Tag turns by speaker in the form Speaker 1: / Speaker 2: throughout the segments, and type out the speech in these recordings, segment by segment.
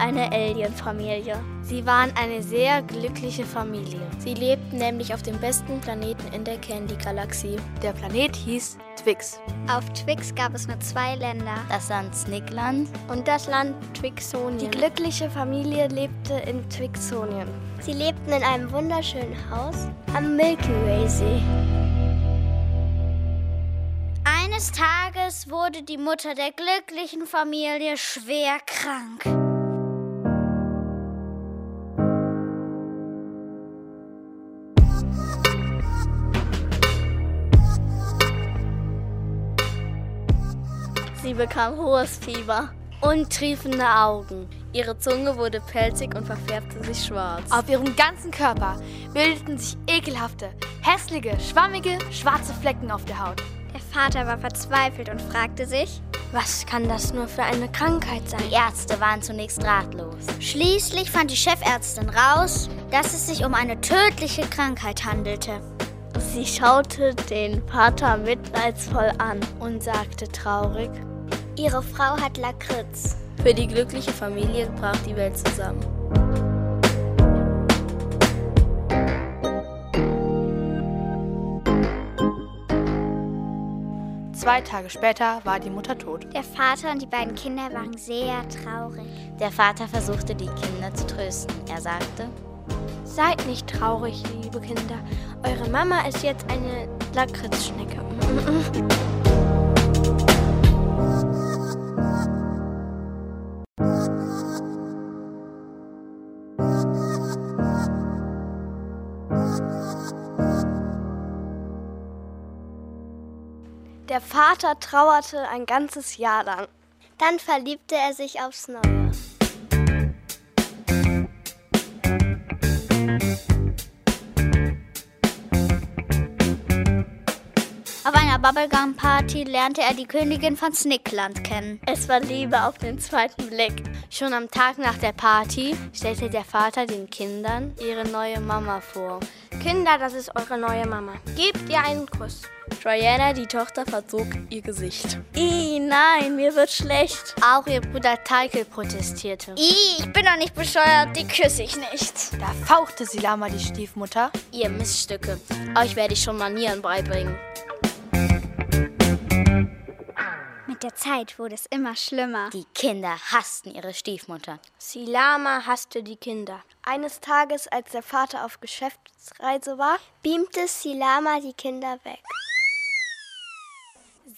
Speaker 1: eine Alien-Familie. Sie waren eine sehr glückliche Familie. Sie lebten nämlich auf dem besten Planeten in der Candy-Galaxie.
Speaker 2: Der Planet hieß Twix.
Speaker 3: Auf Twix gab es nur zwei Länder.
Speaker 4: Das Land Snickland
Speaker 3: und das Land Twixonien.
Speaker 5: Die glückliche Familie lebte in Twixonien.
Speaker 3: Sie lebten in einem wunderschönen Haus am Milky Way See.
Speaker 6: Eines Tages wurde die Mutter der glücklichen Familie schwer krank.
Speaker 1: Sie bekam hohes Fieber und triefende Augen. Ihre Zunge wurde pelzig und verfärbte sich schwarz.
Speaker 2: Auf ihrem ganzen Körper bildeten sich ekelhafte, hässliche, schwammige, schwarze Flecken auf der Haut.
Speaker 3: Der Vater war verzweifelt und fragte sich, was kann das nur für eine Krankheit sein?
Speaker 4: Die Ärzte waren zunächst ratlos.
Speaker 6: Schließlich fand die Chefärztin raus, dass es sich um eine tödliche Krankheit handelte.
Speaker 1: Sie schaute den Vater mitleidsvoll an und sagte traurig,
Speaker 3: Ihre Frau hat Lakritz.
Speaker 1: Für die glückliche Familie brach die Welt zusammen.
Speaker 2: Zwei Tage später war die Mutter tot.
Speaker 3: Der Vater und die beiden Kinder waren sehr traurig.
Speaker 4: Der Vater versuchte, die Kinder zu trösten. Er sagte,
Speaker 5: Seid nicht traurig, liebe Kinder. Eure Mama ist jetzt eine Lakritzschnecke. Der Vater trauerte ein ganzes Jahr lang.
Speaker 3: Dann verliebte er sich aufs Neue.
Speaker 6: Auf einer Bubblegum-Party lernte er die Königin von Snickland kennen.
Speaker 1: Es war Liebe auf den zweiten Blick. Schon am Tag nach der Party stellte der Vater den Kindern ihre neue Mama vor.
Speaker 5: Kinder, das ist eure neue Mama. Gebt ihr einen Kuss.
Speaker 1: Triana, die Tochter, verzog ihr Gesicht. Ih, nein, mir wird schlecht. Auch ihr Bruder Teikel protestierte.
Speaker 6: Ih, ich bin doch nicht bescheuert, die küsse ich nicht.
Speaker 2: Da fauchte Silama die Stiefmutter.
Speaker 1: Ihr Missstücke, euch werde ich schon Manieren beibringen.
Speaker 3: Mit der Zeit wurde es immer schlimmer.
Speaker 4: die Kinder hassten ihre Stiefmutter.
Speaker 5: Silama hasste die Kinder. Eines Tages, als der Vater auf Geschäftsreise war,
Speaker 3: Beamte Silama die Kinder weg.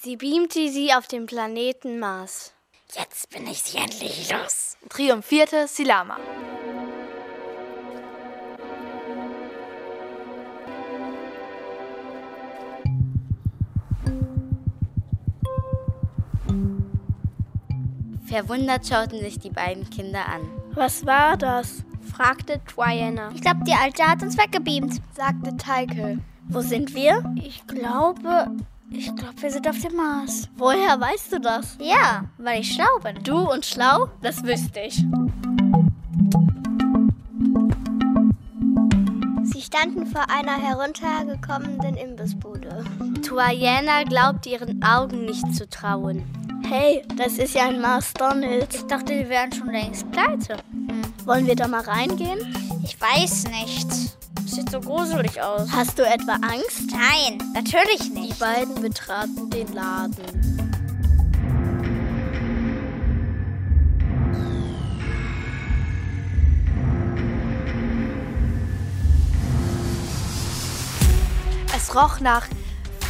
Speaker 1: Sie beamte sie auf dem Planeten Mars.
Speaker 4: Jetzt bin ich sie endlich los.
Speaker 2: Triumphierte Silama.
Speaker 4: Verwundert schauten sich die beiden Kinder an.
Speaker 1: Was war das?
Speaker 5: fragte Triana.
Speaker 6: Ich glaube, die Alte hat uns weggebeamt.
Speaker 2: Sagte Teikel.
Speaker 1: Wo sind wir?
Speaker 6: Ich glaube, ich glaube, wir sind auf dem Mars.
Speaker 1: Woher weißt du das?
Speaker 6: Ja, weil ich schlau bin.
Speaker 1: Du und schlau? Das wüsste ich.
Speaker 3: Sie standen vor einer heruntergekommenen Imbissbude.
Speaker 1: Tuayana glaubt ihren Augen nicht zu trauen. Hey, das ist ja ein Mars Donalds.
Speaker 6: Ich dachte, wir wären schon längst pleite.
Speaker 1: Hm. Wollen wir da mal reingehen?
Speaker 6: Ich weiß nicht. Sieht so gruselig aus.
Speaker 1: Hast du etwa Angst?
Speaker 6: Nein, natürlich
Speaker 1: Die
Speaker 6: nicht.
Speaker 1: beiden betraten den Laden.
Speaker 2: Es roch nach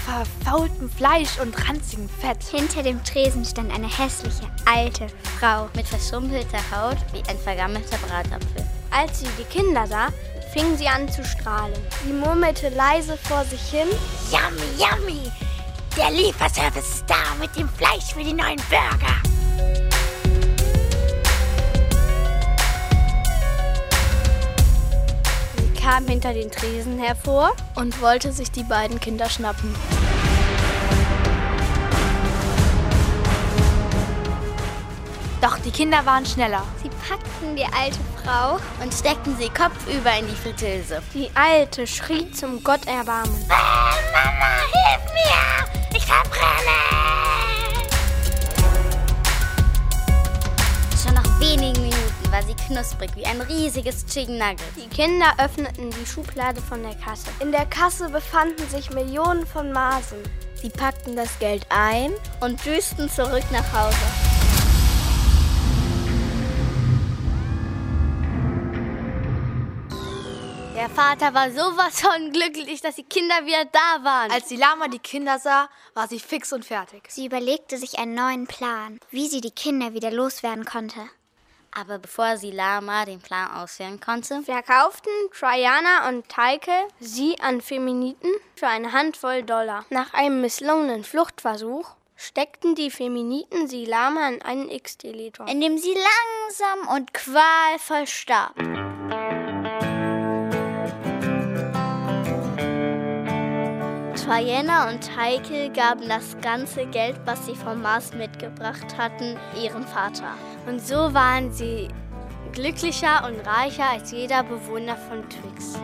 Speaker 2: verfaultem Fleisch und ranzigem Fett.
Speaker 3: Hinter dem Tresen stand eine hässliche alte Frau.
Speaker 4: Mit verschrumpelter Haut wie ein vergammelter Bratapfel.
Speaker 5: Als sie die Kinder sah, fing sie an zu strahlen. Sie murmelte leise vor sich hin.
Speaker 7: Yummy, yummy! Der Lieferservice ist da mit dem Fleisch für die neuen Burger.
Speaker 1: Sie kam hinter den Tresen hervor und wollte sich die beiden Kinder schnappen.
Speaker 2: Doch die Kinder waren schneller.
Speaker 3: Sie packten die alte Frau.
Speaker 4: Und steckten sie kopfüber in die Fritteuse.
Speaker 5: Die Alte schrie zum Gott Erbarmen.
Speaker 7: Oh, Mama,
Speaker 4: Ah,
Speaker 7: hilf mir! Ich verbrenne!
Speaker 6: Schon nach wenigen Minuten
Speaker 4: Innen war sie knusprig wie ein riesiges Chicken Nugget.
Speaker 5: Die Kinder öffneten die Schublade von der Kasse. In der Kasse befanden sich Millionen von Maßen.
Speaker 1: Sie packten das Geld ein
Speaker 4: Und düsten zurück nach Hause.
Speaker 1: Der Vater war sowas von glücklich, dass die Kinder wieder da waren.
Speaker 2: Als die Lama die Kinder sah, war sie fix und fertig.
Speaker 6: Sie überlegte sich einen neuen Plan, wie sie die Kinder wieder loswerden konnte.
Speaker 4: Aber bevor sie Lama den Plan ausführen konnte,
Speaker 5: Verkauften Triana und Taike sie an Feminiten für eine Handvoll Dollar. Nach einem misslungenen Fluchtversuch steckten die Feminiten sie Lama in einen X-Deletor.
Speaker 6: indem sie langsam und qualvoll starb.
Speaker 1: Triana und Heike gaben das ganze Geld, was sie vom Mars mitgebracht hatten, ihrem Vater. Und so waren sie glücklicher und reicher als jeder Bewohner von Twix.